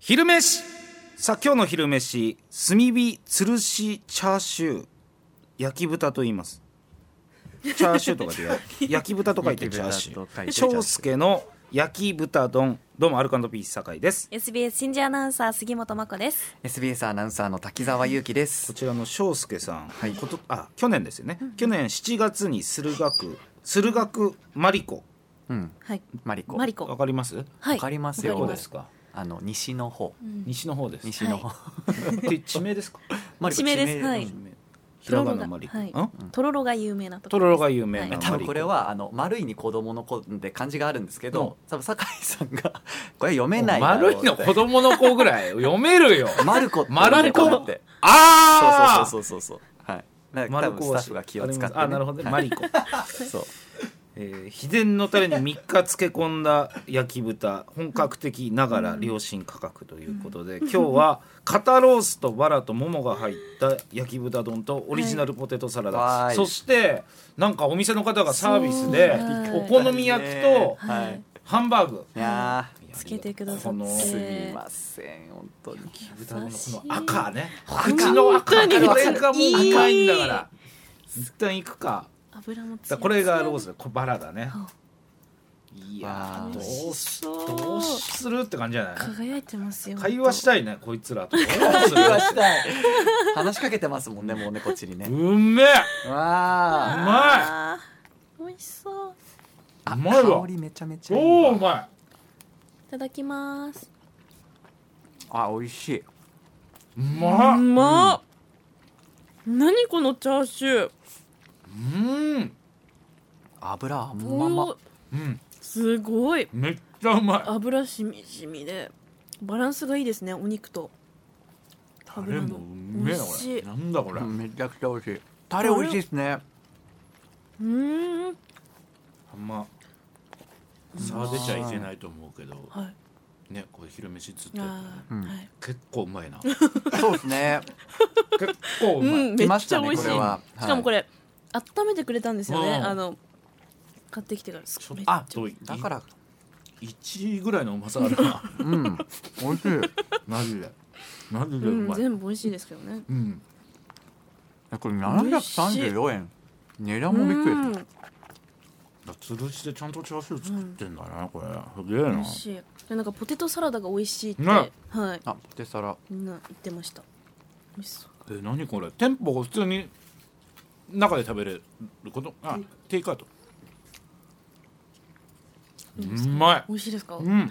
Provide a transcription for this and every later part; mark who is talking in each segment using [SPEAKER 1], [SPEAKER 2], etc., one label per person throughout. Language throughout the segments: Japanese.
[SPEAKER 1] 昼飯さあ今日の昼飯炭火つるしチャーシュー焼き豚と言いますチャーシューとかでや 焼き豚と書いてチャーシュ
[SPEAKER 2] 焼き豚と書い
[SPEAKER 1] ー
[SPEAKER 2] てチャーシュー
[SPEAKER 1] 翔介の焼き豚丼どうもアルカンドピース酒井です
[SPEAKER 3] SBS 新人アナウンサー杉本真子です。
[SPEAKER 2] SBS アナウンサーの滝沢祐樹
[SPEAKER 1] こ
[SPEAKER 2] です。
[SPEAKER 1] ちらの翔介さん、
[SPEAKER 2] はい
[SPEAKER 1] ことあ去年ですよね、去年7月に駿河区駿河区マリコ
[SPEAKER 2] うん、
[SPEAKER 3] はい。
[SPEAKER 2] マリコ。
[SPEAKER 3] マリコ。
[SPEAKER 1] わかります
[SPEAKER 3] は
[SPEAKER 2] わ
[SPEAKER 3] い。
[SPEAKER 2] かります
[SPEAKER 1] ど
[SPEAKER 2] よ
[SPEAKER 1] こですか
[SPEAKER 2] あの西の方、
[SPEAKER 1] 西の方です
[SPEAKER 2] 西の方。
[SPEAKER 1] で地名ですか
[SPEAKER 2] マリコ
[SPEAKER 3] 地名です
[SPEAKER 2] うん
[SPEAKER 3] はい
[SPEAKER 1] ひ
[SPEAKER 3] と
[SPEAKER 1] ら
[SPEAKER 3] ろ
[SPEAKER 1] が
[SPEAKER 3] ろ
[SPEAKER 1] な
[SPEAKER 3] が
[SPEAKER 1] マリコ、
[SPEAKER 3] はい
[SPEAKER 1] ん
[SPEAKER 3] とろろが有名なとこ
[SPEAKER 1] と
[SPEAKER 3] ろ。
[SPEAKER 1] ろろが有名な
[SPEAKER 3] はい
[SPEAKER 2] 多分これはあの丸いに子供の子で漢字があるんですけど、多分酒井さんが これ読めないだろう
[SPEAKER 4] 丸
[SPEAKER 2] っ
[SPEAKER 4] い
[SPEAKER 2] て。
[SPEAKER 4] の子供の子ぐら い読めるよ。
[SPEAKER 2] マルコって
[SPEAKER 4] マルコ
[SPEAKER 2] だって。
[SPEAKER 4] ああ
[SPEAKER 2] そうそうそうそうそう。はい。なんか
[SPEAKER 1] マ
[SPEAKER 2] 多
[SPEAKER 1] ル
[SPEAKER 2] 分
[SPEAKER 1] コ
[SPEAKER 2] ス
[SPEAKER 1] は
[SPEAKER 2] タッフが気を使って、ね。
[SPEAKER 1] あなるほどね、
[SPEAKER 2] はい
[SPEAKER 1] マリコ、
[SPEAKER 2] そう。
[SPEAKER 1] えー秘伝のタレに3日漬け込んだ焼き豚本格的ながら良心価格ということで、今日は肩ロースとバラとモモが入った焼き豚丼とオリジナルポテトサラダ、
[SPEAKER 2] はい
[SPEAKER 1] そしてなんかお店の方がサービスで
[SPEAKER 3] そうはい
[SPEAKER 1] お好み焼きと
[SPEAKER 3] はい
[SPEAKER 2] はい。
[SPEAKER 1] ハンバーグ
[SPEAKER 2] いや
[SPEAKER 3] つけてくださ
[SPEAKER 1] こ
[SPEAKER 3] っ
[SPEAKER 1] の
[SPEAKER 3] て。
[SPEAKER 2] ーすみません本当に。
[SPEAKER 1] 豚丼のこ
[SPEAKER 3] 優しい
[SPEAKER 1] の赤ね口の赤
[SPEAKER 3] に
[SPEAKER 1] これがもう
[SPEAKER 3] いい
[SPEAKER 1] 赤いんだから一旦行くか
[SPEAKER 3] 油もつ
[SPEAKER 1] だからこれがローズだこれバラだね
[SPEAKER 3] あ
[SPEAKER 1] いや
[SPEAKER 2] わあ
[SPEAKER 1] ーどうし
[SPEAKER 3] 美味しそう
[SPEAKER 1] どうするって感じじゃない
[SPEAKER 3] 輝いてますよ。。
[SPEAKER 1] 会話したたいねこいつらとどうする
[SPEAKER 2] 会話したい。話しかけてますもんねもうねこっちにね。
[SPEAKER 1] うめえ
[SPEAKER 2] わあ。
[SPEAKER 3] あー美味しそう。
[SPEAKER 1] うまいわ
[SPEAKER 2] 香りめちゃめちゃいい
[SPEAKER 1] お
[SPEAKER 2] わ
[SPEAKER 1] おうま
[SPEAKER 3] いただきます。
[SPEAKER 2] あ美味しい。
[SPEAKER 1] いうまっ
[SPEAKER 3] まっ。何このチャーシュー。
[SPEAKER 1] うん
[SPEAKER 2] 油あんまま
[SPEAKER 3] お。
[SPEAKER 1] うん
[SPEAKER 3] すごい。
[SPEAKER 1] めっちゃうま
[SPEAKER 3] 油しみしみでバランスがいいですねお肉と
[SPEAKER 1] いタレ
[SPEAKER 3] 油
[SPEAKER 1] も
[SPEAKER 3] の
[SPEAKER 1] う
[SPEAKER 3] 美
[SPEAKER 1] めえな
[SPEAKER 3] 味
[SPEAKER 1] こ
[SPEAKER 3] し
[SPEAKER 1] れ
[SPEAKER 3] い
[SPEAKER 1] なんだこれ
[SPEAKER 2] うんめちゃくちゃ美味しい。タレ美味しいですね。
[SPEAKER 3] うーん
[SPEAKER 1] あんま差出ちゃいけないと思うけど
[SPEAKER 3] はい
[SPEAKER 1] ねこれ昼飯つって
[SPEAKER 3] あー、
[SPEAKER 2] うん
[SPEAKER 3] はい
[SPEAKER 1] 結構うまいな
[SPEAKER 2] そうですね。
[SPEAKER 1] 結構うまい
[SPEAKER 3] うんめ
[SPEAKER 2] 来
[SPEAKER 3] っ
[SPEAKER 2] まし
[SPEAKER 3] ちゃ
[SPEAKER 2] た
[SPEAKER 3] 美
[SPEAKER 2] ね
[SPEAKER 3] 味
[SPEAKER 2] こ
[SPEAKER 3] しい、
[SPEAKER 2] れは。
[SPEAKER 3] しかもこ
[SPEAKER 2] れ。
[SPEAKER 3] れ温めてくれたんですよね
[SPEAKER 1] うん
[SPEAKER 3] あの買ってきてからす
[SPEAKER 1] ちょ
[SPEAKER 3] めっちゃ
[SPEAKER 2] あ
[SPEAKER 1] ちょっと
[SPEAKER 2] だから。
[SPEAKER 1] 1ぐらいのうまさある な
[SPEAKER 2] うん。美味しい。
[SPEAKER 1] マジでマジで
[SPEAKER 3] う
[SPEAKER 1] うんまい
[SPEAKER 3] 全部美味しいですけどね
[SPEAKER 1] うん
[SPEAKER 2] えこれ七百三十四円。値段もびっくりです。
[SPEAKER 3] うん
[SPEAKER 1] つるしてちゃんとチャーシュー作ってんだな、これすげえ
[SPEAKER 3] 美
[SPEAKER 1] な
[SPEAKER 3] 味しいでなんかポテトサラダが美味しいって、
[SPEAKER 1] ね
[SPEAKER 3] はい
[SPEAKER 2] あポテサラ。
[SPEAKER 3] みんな言ってました美味しそう
[SPEAKER 1] え何これ店舗が普通に中で食べれることあテイクアウトうま
[SPEAKER 3] 美味しいですか、
[SPEAKER 1] いうん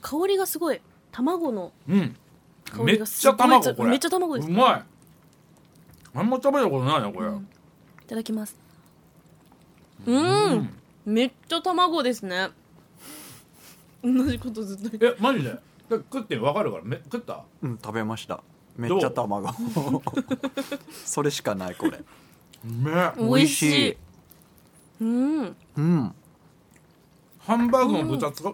[SPEAKER 3] 香りがすごい卵の
[SPEAKER 1] うん
[SPEAKER 3] 香
[SPEAKER 1] め
[SPEAKER 3] り
[SPEAKER 1] っ
[SPEAKER 3] が
[SPEAKER 1] ち
[SPEAKER 3] すご
[SPEAKER 1] ゃ
[SPEAKER 3] い
[SPEAKER 1] 卵これ
[SPEAKER 3] めっちゃ卵です
[SPEAKER 1] うまいあんま食べたことないなこれ、
[SPEAKER 3] うんいただきますうん、めっちゃ卵ですね同じことずっと言って
[SPEAKER 1] えマジでえ食ってわかるからめ食った
[SPEAKER 2] うん食べました。めっちゃ卵。 それしかないこれ。
[SPEAKER 1] うめえ
[SPEAKER 3] 美味しい。うん
[SPEAKER 2] うん。
[SPEAKER 1] ハンバーグも豚使,、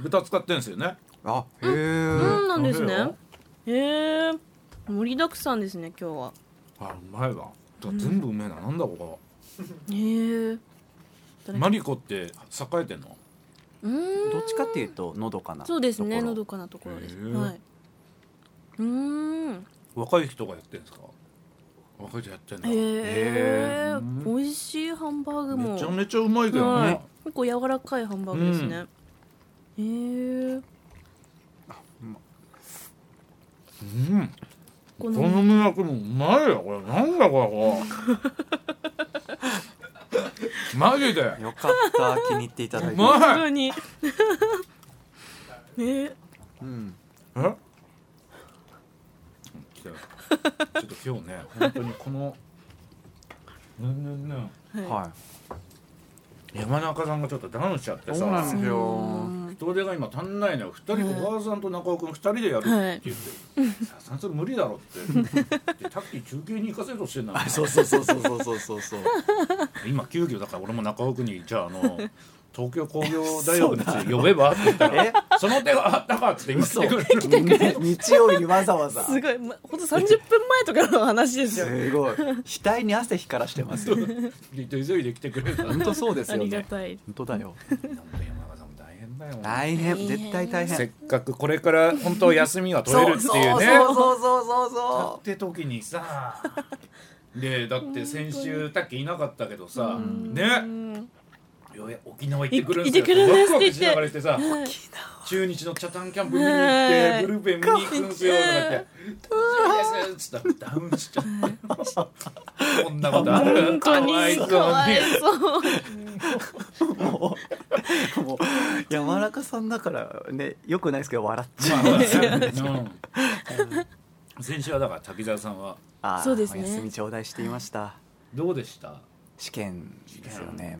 [SPEAKER 1] 豚使ってんすよね
[SPEAKER 2] あへ
[SPEAKER 3] そう
[SPEAKER 2] え。
[SPEAKER 3] なんですね
[SPEAKER 1] 食
[SPEAKER 3] へえ盛りだくさんですね今日は
[SPEAKER 1] あうまいわてか全部うめえな、なんだここ
[SPEAKER 3] へえ
[SPEAKER 1] マリコって栄えてんの
[SPEAKER 3] うん
[SPEAKER 2] どっちかっていうとのどかな。
[SPEAKER 3] そうですね
[SPEAKER 2] ところ
[SPEAKER 3] のどかなところです
[SPEAKER 1] へえ
[SPEAKER 3] はいうん
[SPEAKER 1] 若い人がやってんすか若い人やってんだ、
[SPEAKER 3] へえ
[SPEAKER 2] へ
[SPEAKER 3] 美味しいハンバーグも
[SPEAKER 1] めちゃめちゃうまいけどね、
[SPEAKER 3] はい結構柔らかいハンバーグですねへえ
[SPEAKER 1] うん
[SPEAKER 3] こ
[SPEAKER 1] お好み焼きもうまいよこれなんだこ れマジで
[SPEAKER 2] よかった気に入っていただいうて。
[SPEAKER 3] 本
[SPEAKER 1] ま
[SPEAKER 3] 当
[SPEAKER 1] い
[SPEAKER 3] にね
[SPEAKER 2] うん。
[SPEAKER 1] えちょっと今日ね本当にこのねんねんねん
[SPEAKER 2] はい。
[SPEAKER 1] 山中さんがちょっとダウンしちゃって
[SPEAKER 2] そうなん
[SPEAKER 1] さ
[SPEAKER 2] ですよ。
[SPEAKER 1] 人手が今足んないのよ2人小川さんと中尾君2人でやるって
[SPEAKER 3] はい
[SPEAKER 1] 言って「さすがにそれ無理だろ」ってでタッキー中継に行かせるとしてんだもん
[SPEAKER 2] あ、 そうそうそうそうそうそうそう そう。
[SPEAKER 1] 今急遽だから俺も中尾君にじゃああの東京工業大学について呼べばって言ったらその手があったかって今来てく れる
[SPEAKER 2] 日曜日にわざわざ。
[SPEAKER 3] すごい、ま、ほんと30分前とかの話で すよ
[SPEAKER 2] すごい。額に汗光らしてますよ。
[SPEAKER 1] で急いで来てくれるから
[SPEAKER 2] 本当そうですよ
[SPEAKER 3] ありが
[SPEAKER 2] ね。
[SPEAKER 3] たい
[SPEAKER 2] 本当だよ。
[SPEAKER 1] 本当に山中さんも大変だよ
[SPEAKER 2] 大変絶対大
[SPEAKER 1] せっ
[SPEAKER 2] 変
[SPEAKER 1] かくこれから本当休みは取れるっていうね
[SPEAKER 2] そうそうそうそうそう
[SPEAKER 1] っ
[SPEAKER 2] そ
[SPEAKER 1] て時にさでだって先週タッキーいなかったけどさ、
[SPEAKER 3] う
[SPEAKER 1] ね
[SPEAKER 3] ん
[SPEAKER 1] ようや沖縄行ってくるんです
[SPEAKER 3] い行ってくるんですって
[SPEAKER 1] ワクワ
[SPEAKER 3] 言
[SPEAKER 1] ク
[SPEAKER 3] って
[SPEAKER 1] しながらしてさ中日の北谷キャンプ見に行っ
[SPEAKER 3] ね
[SPEAKER 1] てブルペン見に行くんですよとか言って「楽しみです」っつったらダウンしちゃってこんなことある
[SPEAKER 3] 本当
[SPEAKER 1] かわい
[SPEAKER 3] に
[SPEAKER 1] そう
[SPEAKER 3] かわいそう
[SPEAKER 2] うもう山中さんだからねよくないですけど笑っちゃう、
[SPEAKER 1] にうん先週はだから滝沢さんは
[SPEAKER 2] あー
[SPEAKER 3] そうですね
[SPEAKER 2] お休み頂戴していました
[SPEAKER 1] どうでした
[SPEAKER 2] 試験ですよね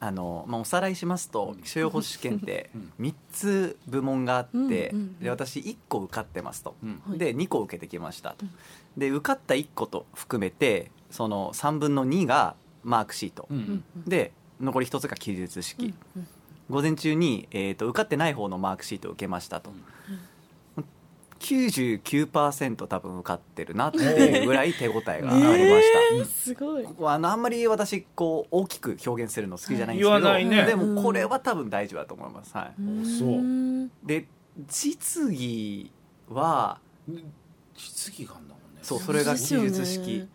[SPEAKER 2] あの、まあ、おさらいしますと気象予報士試験って
[SPEAKER 1] うん
[SPEAKER 2] 3つ部門があって、
[SPEAKER 3] うんうん
[SPEAKER 2] で私1個受かってますと、
[SPEAKER 1] うん
[SPEAKER 3] はい
[SPEAKER 2] で2個受けてきましたと、で受かった1個と含めてその3分の2がマークシート、
[SPEAKER 1] うん
[SPEAKER 2] で残り1つが記述式、
[SPEAKER 3] うんうん
[SPEAKER 2] 午前中に、えー、と受かってない方のマークシートを受けましたと、99%多分受かってるなっていうぐらい手応えがありました、
[SPEAKER 3] えーすごい
[SPEAKER 2] ここはあのあんまり私こう大きく表現するの好きじゃないんですけど
[SPEAKER 1] 言わないね
[SPEAKER 2] でもこれは多分大丈夫だと思います、はい、
[SPEAKER 1] そう
[SPEAKER 3] うん
[SPEAKER 2] で実技は
[SPEAKER 1] 質疑があんだもんね
[SPEAKER 2] そうそれが
[SPEAKER 3] ですよね
[SPEAKER 2] 記述式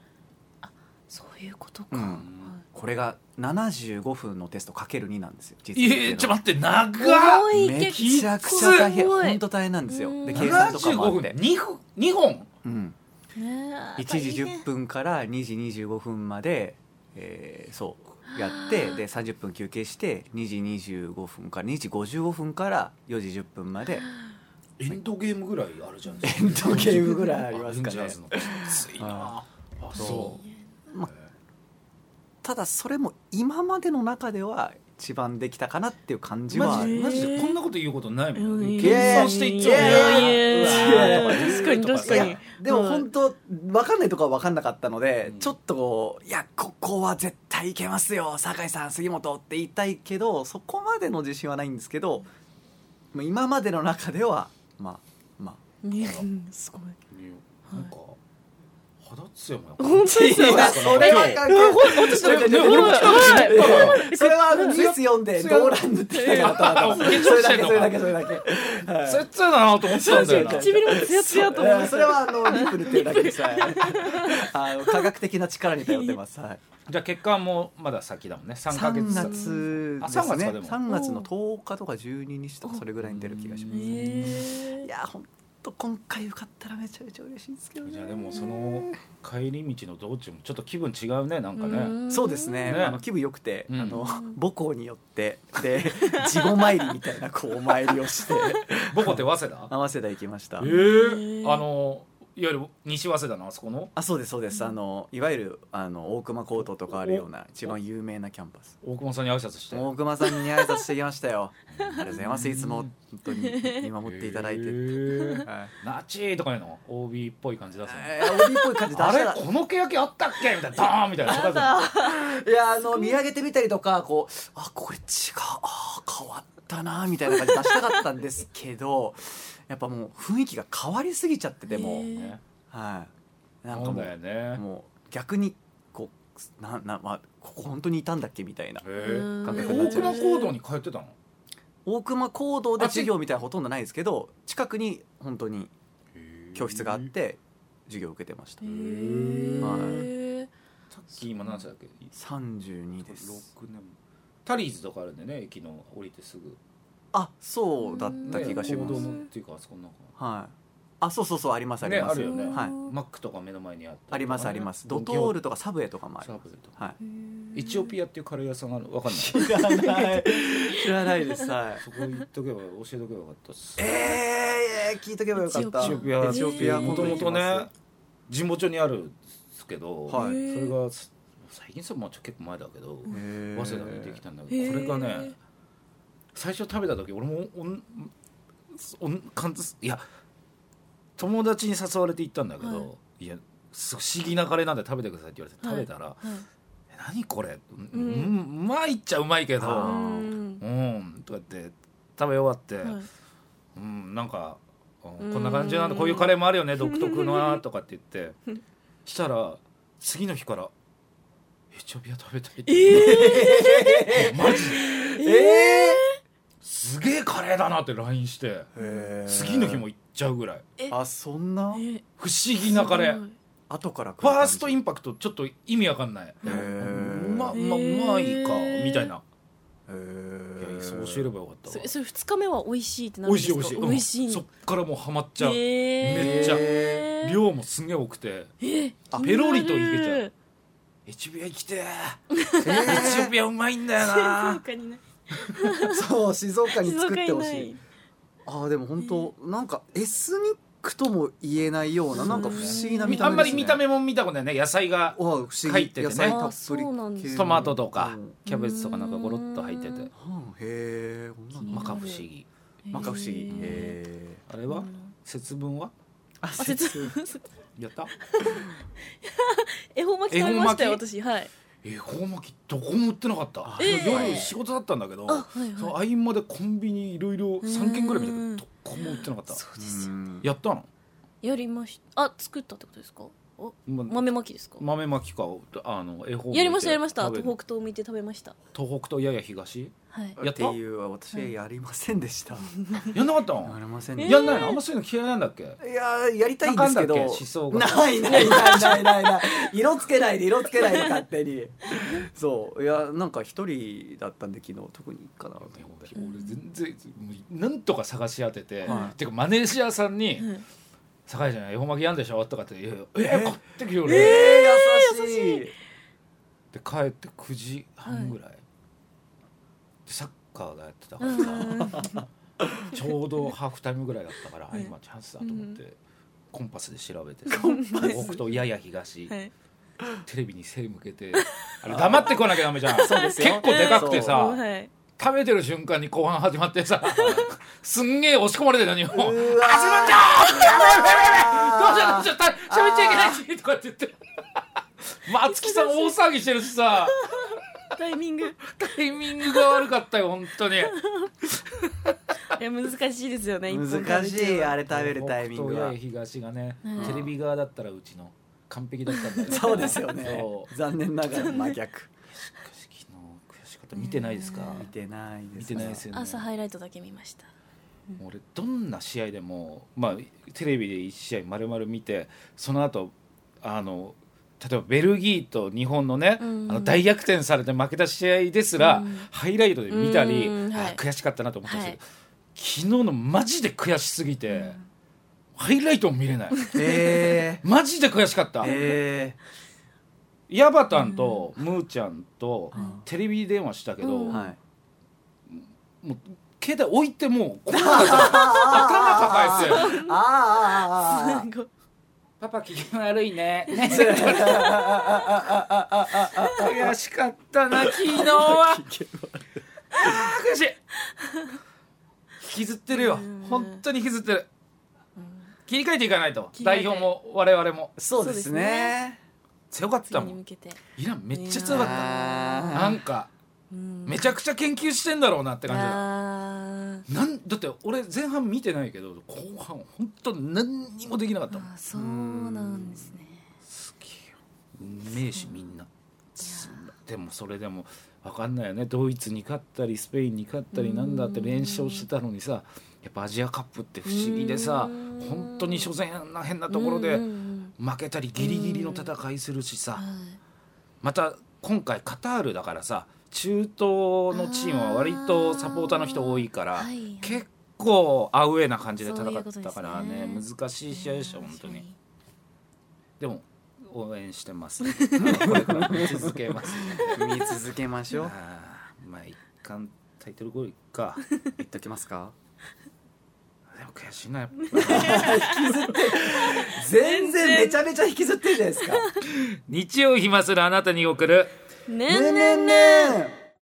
[SPEAKER 3] あそういうこと
[SPEAKER 2] う
[SPEAKER 3] か
[SPEAKER 2] んこれが75分のテストかける2なんですよ実技
[SPEAKER 1] えーちょっと待って長っ
[SPEAKER 3] 多い
[SPEAKER 2] め
[SPEAKER 3] 結
[SPEAKER 2] ちゃくちゃ大変
[SPEAKER 3] すごい
[SPEAKER 2] 本当大変なんですよ
[SPEAKER 3] うん
[SPEAKER 2] で計算とかも
[SPEAKER 1] 75
[SPEAKER 2] あっ
[SPEAKER 1] 分
[SPEAKER 2] て、
[SPEAKER 1] 2分二本
[SPEAKER 2] うん、
[SPEAKER 3] ね
[SPEAKER 2] 1時10分から2時25分まで、えーそうやってで30分休憩して2時25分から2時55分から4時10分まで
[SPEAKER 1] エンドゲームぐらいあるじゃんエ
[SPEAKER 2] エンドゲームぐらいありますか
[SPEAKER 1] アベンジャ
[SPEAKER 2] ね
[SPEAKER 1] ーズのきついなあそう
[SPEAKER 2] ただそれも今までの中では一番できたかなっていう感じは
[SPEAKER 1] マジマジでこんなこと言うことないもん
[SPEAKER 3] うん
[SPEAKER 1] 謙遜していっち
[SPEAKER 2] いやい
[SPEAKER 1] ゃ
[SPEAKER 2] や
[SPEAKER 1] う
[SPEAKER 2] い
[SPEAKER 1] わ
[SPEAKER 2] や
[SPEAKER 1] ー
[SPEAKER 3] 確かに
[SPEAKER 1] とさ
[SPEAKER 3] 確かに
[SPEAKER 2] いやでも本当分かんないとこは分かんなかったので、
[SPEAKER 1] うん
[SPEAKER 2] ちょっとこういやここは絶対いけますよ酒井さん杉本って言いたいけどそこまでの自信はないんですけどまあ今までの中ではまあまあ
[SPEAKER 3] うんすごい
[SPEAKER 1] なんか肌つやもやっぱ
[SPEAKER 3] 本当ですよ
[SPEAKER 1] いやそれは
[SPEAKER 2] 関係
[SPEAKER 1] ちょっとね俺も来た
[SPEAKER 2] それはあのニュース読んで動乱塗ってきたからただただ
[SPEAKER 1] いや
[SPEAKER 2] それだけそれだけそれだけはい
[SPEAKER 1] それつやだなと思ってたんだよな
[SPEAKER 2] そうそうそう
[SPEAKER 3] 唇もツヤツヤと思っ
[SPEAKER 2] えー
[SPEAKER 3] て
[SPEAKER 2] それはあのリップルっていうだけでさあの科学的な力に頼ってます、はい
[SPEAKER 1] じゃあ結果はもうまだ先だもんね三ヶ月
[SPEAKER 2] 3月
[SPEAKER 1] 先あ
[SPEAKER 2] です
[SPEAKER 1] 3月かで
[SPEAKER 2] ね
[SPEAKER 1] も
[SPEAKER 2] 3月の10日とか12日とかそれぐらいに出る気がしますい
[SPEAKER 3] え
[SPEAKER 2] やほんと今回受かったらめちゃめちゃ嬉しいんですけど
[SPEAKER 1] じ
[SPEAKER 2] ね
[SPEAKER 1] ゃあでもその帰り道の道中もちょっと気分違うねなんかね
[SPEAKER 3] ー
[SPEAKER 2] そうですね
[SPEAKER 1] ね
[SPEAKER 2] あの気分良くて、
[SPEAKER 1] うん
[SPEAKER 2] あの母校によってで地獄参りみたいなこうお参りを して
[SPEAKER 1] 母校って早稲田
[SPEAKER 2] 合わせて行きました
[SPEAKER 1] ええ
[SPEAKER 3] へー
[SPEAKER 1] あのいわゆる西早稲田のあそこの
[SPEAKER 2] あそうですそうですあのいわゆるあの大熊高等とかあるような一番有名なキャンパス
[SPEAKER 1] 大久保さんに挨拶して
[SPEAKER 2] 大熊さんに挨拶してきましたよ ありがとうございますいつも本当に見守っていただいて、
[SPEAKER 1] へ
[SPEAKER 2] はい
[SPEAKER 1] ー ナチーとかいうの OB っぽい感じ出すの
[SPEAKER 2] えー、OB っぽい感じ出し
[SPEAKER 1] あ
[SPEAKER 2] た
[SPEAKER 1] れ
[SPEAKER 2] ら
[SPEAKER 1] このけやきあったっけみたいなドーンみたいな
[SPEAKER 3] やだ
[SPEAKER 2] いやあの見上げてみたりとかこうあこれ違うあー変わったなみたいな感じ出したかったんですけど やっぱもう雰囲気が変わりすぎちゃっててもう
[SPEAKER 3] へー
[SPEAKER 1] ね
[SPEAKER 2] はいなんか
[SPEAKER 1] そう
[SPEAKER 2] も
[SPEAKER 1] だよ
[SPEAKER 2] う
[SPEAKER 1] ね
[SPEAKER 2] もう逆にこうなな、まあ、ここ本当にいたんだっけみたいな
[SPEAKER 1] へー
[SPEAKER 2] 感
[SPEAKER 1] え
[SPEAKER 2] 覚にな
[SPEAKER 1] 大
[SPEAKER 2] っちゃい
[SPEAKER 1] 熊
[SPEAKER 2] ま
[SPEAKER 1] 行動に通ってたの
[SPEAKER 2] 大熊講堂で
[SPEAKER 1] あ
[SPEAKER 2] 授業みたいなほとんどないですけど近くに本当に教室があって授業を受けてました
[SPEAKER 3] へー
[SPEAKER 2] は
[SPEAKER 1] さっき今何歳だっけ
[SPEAKER 2] 32です
[SPEAKER 1] 6年タリーズとかあるんでね駅の降りてすぐ
[SPEAKER 2] あそうだった
[SPEAKER 1] ね
[SPEAKER 2] 気がし
[SPEAKER 1] 行
[SPEAKER 2] ま
[SPEAKER 1] 動
[SPEAKER 2] す、
[SPEAKER 1] のっていうかあそこの中
[SPEAKER 2] はいあそうそうそうありますあり
[SPEAKER 1] ね
[SPEAKER 2] ま
[SPEAKER 1] あ
[SPEAKER 2] す、
[SPEAKER 1] るよね
[SPEAKER 2] はい
[SPEAKER 1] マックとか目の前にあったとか
[SPEAKER 2] ありますありますドトールとかサブウェイとかもあり
[SPEAKER 1] サ
[SPEAKER 2] ま
[SPEAKER 1] ブレと
[SPEAKER 2] すはい
[SPEAKER 1] エチオピアっていうカレー屋さんがあるわかんない そ
[SPEAKER 2] 知らない 知らないですはい
[SPEAKER 1] こ行っとけば教えとけばよかったっ す
[SPEAKER 2] えー、聞いとけばよかった
[SPEAKER 3] エチオピア
[SPEAKER 2] エチオピア
[SPEAKER 1] も
[SPEAKER 2] 今
[SPEAKER 1] と
[SPEAKER 2] 度行
[SPEAKER 1] も
[SPEAKER 2] き
[SPEAKER 1] と
[SPEAKER 2] ます
[SPEAKER 1] ね神保町にあるんですけど、
[SPEAKER 2] はい
[SPEAKER 1] それがす最近さもうちょ結構前だけど
[SPEAKER 2] へー
[SPEAKER 1] 早稲田にできたんだけどこれがね最初食べた時俺もおんおんかんいや友達に誘われて行ったんだけど、、
[SPEAKER 3] はい
[SPEAKER 1] やす不思議なカレーなんで食べてくださいって言われて食べたら「え何これ、うんうんうまいっちゃうまいけ
[SPEAKER 2] あ
[SPEAKER 1] ど
[SPEAKER 2] ー
[SPEAKER 1] うん」とか言って食べ終わって。うん、なんか、うんこんな感じなんだこういうカレーもあるよね独特のなとかって言 ってしたら次の日から エチオピア食べたいって、
[SPEAKER 2] えー、
[SPEAKER 1] マジで
[SPEAKER 2] え
[SPEAKER 1] すげえカレーだなって LINE して
[SPEAKER 2] へー
[SPEAKER 1] 次の日も行っちゃうぐらい
[SPEAKER 2] あそんな
[SPEAKER 3] え
[SPEAKER 1] 不思議なカレ
[SPEAKER 3] す
[SPEAKER 1] ー
[SPEAKER 3] ごい
[SPEAKER 2] 後から来る
[SPEAKER 1] フ
[SPEAKER 2] 感じ
[SPEAKER 1] ァーストインパクトちょっと意味わかんない
[SPEAKER 2] へ
[SPEAKER 1] う
[SPEAKER 2] ー
[SPEAKER 1] ま
[SPEAKER 2] へ
[SPEAKER 1] うまうまいか
[SPEAKER 3] へー
[SPEAKER 1] みたいな
[SPEAKER 2] ー
[SPEAKER 1] いやいやそう教えればよかった
[SPEAKER 3] そ
[SPEAKER 1] わ
[SPEAKER 3] れそれ二日目は美味しいってなる
[SPEAKER 1] 美
[SPEAKER 3] ん
[SPEAKER 1] 味
[SPEAKER 3] で
[SPEAKER 1] し
[SPEAKER 3] す
[SPEAKER 1] い
[SPEAKER 3] か
[SPEAKER 1] 美味しい
[SPEAKER 3] 美
[SPEAKER 1] う
[SPEAKER 3] 味しい
[SPEAKER 1] ん
[SPEAKER 3] の
[SPEAKER 1] そっからもうハマっちゃう
[SPEAKER 3] えー
[SPEAKER 1] めっちゃ
[SPEAKER 3] えー
[SPEAKER 1] 量もすんげえ多くて
[SPEAKER 3] えー
[SPEAKER 1] あペロリといけちゃう
[SPEAKER 3] る
[SPEAKER 1] エチオピア 来て
[SPEAKER 2] え
[SPEAKER 1] エチオピアうまいんだよ
[SPEAKER 3] 静
[SPEAKER 1] な
[SPEAKER 3] 岡にない
[SPEAKER 2] ーそう静岡に
[SPEAKER 3] 静
[SPEAKER 2] 作っ
[SPEAKER 3] 岡
[SPEAKER 2] て
[SPEAKER 3] に
[SPEAKER 2] ほ
[SPEAKER 3] な
[SPEAKER 2] しい
[SPEAKER 3] い
[SPEAKER 2] あーでも本当なんかエスニックとも言えないようななんか不思議な見た
[SPEAKER 1] あ
[SPEAKER 2] 目
[SPEAKER 1] んまり見た目も見たことないね野菜が
[SPEAKER 2] は不思議
[SPEAKER 1] 入っててね
[SPEAKER 2] 野菜たっぷり
[SPEAKER 3] あーそうなんです
[SPEAKER 2] 系
[SPEAKER 3] ね
[SPEAKER 2] の
[SPEAKER 1] トマトとか
[SPEAKER 2] うん
[SPEAKER 1] キャベツとかなんかゴロッと入ってて
[SPEAKER 2] うんへえこんなの
[SPEAKER 1] まか不思議
[SPEAKER 2] まか不思議
[SPEAKER 3] え
[SPEAKER 2] へ
[SPEAKER 1] あれは節分は
[SPEAKER 2] ーあ
[SPEAKER 3] ーあ節
[SPEAKER 1] やった
[SPEAKER 3] 恵方巻き食べました
[SPEAKER 1] 恵
[SPEAKER 3] よ
[SPEAKER 1] 方巻
[SPEAKER 3] 私はい
[SPEAKER 1] 恵方巻きどこも売ってなかった、
[SPEAKER 2] え
[SPEAKER 3] ー
[SPEAKER 1] 夜仕事だったんだけど、
[SPEAKER 3] あはいはい
[SPEAKER 1] その合間でコンビニいろいろ3軒ぐらい見たけ
[SPEAKER 3] う
[SPEAKER 1] ど
[SPEAKER 3] ん
[SPEAKER 1] どこも売ってなかった
[SPEAKER 3] そうですよ
[SPEAKER 2] うん
[SPEAKER 1] やったの
[SPEAKER 3] やりましたあ作ったってことですかお
[SPEAKER 1] ま
[SPEAKER 3] 豆巻きですか
[SPEAKER 1] 豆巻きかあの恵方巻いて
[SPEAKER 3] やりましたやりました
[SPEAKER 1] 食べる
[SPEAKER 3] 東北東向いて食べました
[SPEAKER 1] 東北とやや東
[SPEAKER 3] はい
[SPEAKER 1] や
[SPEAKER 2] っ
[SPEAKER 1] ってた
[SPEAKER 2] いうは私はやりませんでした。
[SPEAKER 1] やんなかった
[SPEAKER 2] や
[SPEAKER 1] の
[SPEAKER 2] りませんで
[SPEAKER 3] えー
[SPEAKER 2] し
[SPEAKER 1] やんないのあんまそういうの嫌いなんだっけ
[SPEAKER 2] た。いやーやりたいんですけど。
[SPEAKER 1] なんかあんだっけ思想が
[SPEAKER 2] ないないないないないない。色つけないで色つけないで勝手 に。そういやなんか一人だったんで昨日特にいいかなと思って。
[SPEAKER 1] 俺全然もうなんとか探し当てて、
[SPEAKER 2] はい
[SPEAKER 1] てかマネージャーさんに
[SPEAKER 3] はい
[SPEAKER 1] 「酒井じゃない恵方巻きやんでしょ?」とかって「いやいやえー、買ってきよ俺」
[SPEAKER 2] えー優しい。
[SPEAKER 1] で帰って9時半ぐらい、でサッカーがやってたか
[SPEAKER 3] う
[SPEAKER 1] らさ、
[SPEAKER 3] ん
[SPEAKER 1] ちょうどハーフタイムぐらいだったから、あ
[SPEAKER 3] うん
[SPEAKER 1] 今チャンスだと思って、コンパスで調べて
[SPEAKER 3] コンパス
[SPEAKER 1] 東北とやや東、
[SPEAKER 3] はい
[SPEAKER 1] テレビに背向けてあれ黙ってこなきゃダメじ ゃん
[SPEAKER 2] そうですよ
[SPEAKER 1] 結構でかくて
[SPEAKER 2] あ
[SPEAKER 3] うん
[SPEAKER 1] さ
[SPEAKER 3] はい
[SPEAKER 1] 食べてる瞬間に後半始まってさ すんげえ押し込まれてるのにもう「あすいません
[SPEAKER 2] うわー
[SPEAKER 1] どうし ようどうしようた喋っちゃいけないし」とかって言って。松木さん大騒ぎしてるしさ
[SPEAKER 3] タイミングい
[SPEAKER 1] タイミングが悪かったよ本当に
[SPEAKER 3] や難しいですよね一本食べて
[SPEAKER 2] 難しいあれ食べるタイミング
[SPEAKER 1] 北と
[SPEAKER 2] は
[SPEAKER 1] 八重東がね、
[SPEAKER 3] うん
[SPEAKER 1] テレビ側だったらうちの完璧だったんだけど
[SPEAKER 2] そうですよね
[SPEAKER 1] そう
[SPEAKER 2] 残念ながら真 逆
[SPEAKER 1] 昨日悔しかった見てないですか
[SPEAKER 2] 見てないです
[SPEAKER 1] 見てないですよね
[SPEAKER 3] 朝ハイライトだけ見ました
[SPEAKER 1] もう俺どんな試合でも、まあ、テレビで1試合丸々見てその後あの例えばベルギーと日本のね、
[SPEAKER 3] うん
[SPEAKER 1] あの大逆転されて負けた試合ですら、
[SPEAKER 3] うん
[SPEAKER 1] ハイライトで見たり、
[SPEAKER 3] うんは
[SPEAKER 1] あ
[SPEAKER 3] い
[SPEAKER 1] 悔しかったなと思ったんですけど
[SPEAKER 3] は、
[SPEAKER 1] 昨日のマジで悔しすぎて、ハイライトも見れない
[SPEAKER 2] え
[SPEAKER 1] マジで悔しかった
[SPEAKER 2] ー、。え
[SPEAKER 1] ヤバタンとムーちゃんと
[SPEAKER 2] うん
[SPEAKER 1] テレビ電話したけど、
[SPEAKER 2] ー、
[SPEAKER 3] うん
[SPEAKER 2] はい
[SPEAKER 1] もう携帯置いてもうこんなん だった頭抱えて
[SPEAKER 2] あーあーあーあー
[SPEAKER 3] すごい
[SPEAKER 1] 「パパ機嫌悪い ね」悔しかったな昨日 はあー悔しい引きずってるよ
[SPEAKER 3] うん
[SPEAKER 1] 本当に引きずってる切り替えていかないと
[SPEAKER 3] 切り替え
[SPEAKER 1] 代
[SPEAKER 3] て
[SPEAKER 1] 表も我々も
[SPEAKER 2] そうですね
[SPEAKER 1] 強かっ
[SPEAKER 3] 次
[SPEAKER 1] た
[SPEAKER 3] に
[SPEAKER 1] もん
[SPEAKER 3] 向けて
[SPEAKER 1] イランめっちゃ強かった
[SPEAKER 2] あ
[SPEAKER 1] なんか
[SPEAKER 3] うん
[SPEAKER 1] めちゃくちゃ研究してんだろうなって感じだ
[SPEAKER 3] あー
[SPEAKER 1] なんだって俺前半見てないけど後半本当何にもできなかったもん
[SPEAKER 3] あそうなんですね
[SPEAKER 1] すげえようめえしみんなでもそれでも分かんないよねドイツに勝ったりスペインに勝ったりなんだって連勝してたのにさやっぱアジアカップって不思議でさ
[SPEAKER 3] うん
[SPEAKER 1] 本当に初戦あんな変なところで
[SPEAKER 3] うんうんうん
[SPEAKER 1] 負けたりギリギリの戦いするしさ
[SPEAKER 3] はい
[SPEAKER 1] また今回カタールだからさ中東のチームは割とサポーターの人多いから、
[SPEAKER 3] あーはいはい
[SPEAKER 1] 結構アウェーな感じで戦
[SPEAKER 3] そういう
[SPEAKER 1] っ
[SPEAKER 3] こと
[SPEAKER 1] たからね
[SPEAKER 3] ですね
[SPEAKER 1] 難しい試合でした、本当にでも応援してます、これからも続けます、
[SPEAKER 2] ー見続けましょう
[SPEAKER 1] あーまあ一貫タイトルゴールいっか
[SPEAKER 2] 言っときますか
[SPEAKER 1] でも悔しいなやっぱ
[SPEAKER 2] 全然めちゃめちゃ引きずってるじゃないですか
[SPEAKER 1] 日曜暇するあなたに送る
[SPEAKER 3] ね
[SPEAKER 2] ね
[SPEAKER 3] ん
[SPEAKER 2] んね
[SPEAKER 3] ねん
[SPEAKER 2] ん
[SPEAKER 3] ね
[SPEAKER 2] ね
[SPEAKER 3] ん
[SPEAKER 2] ん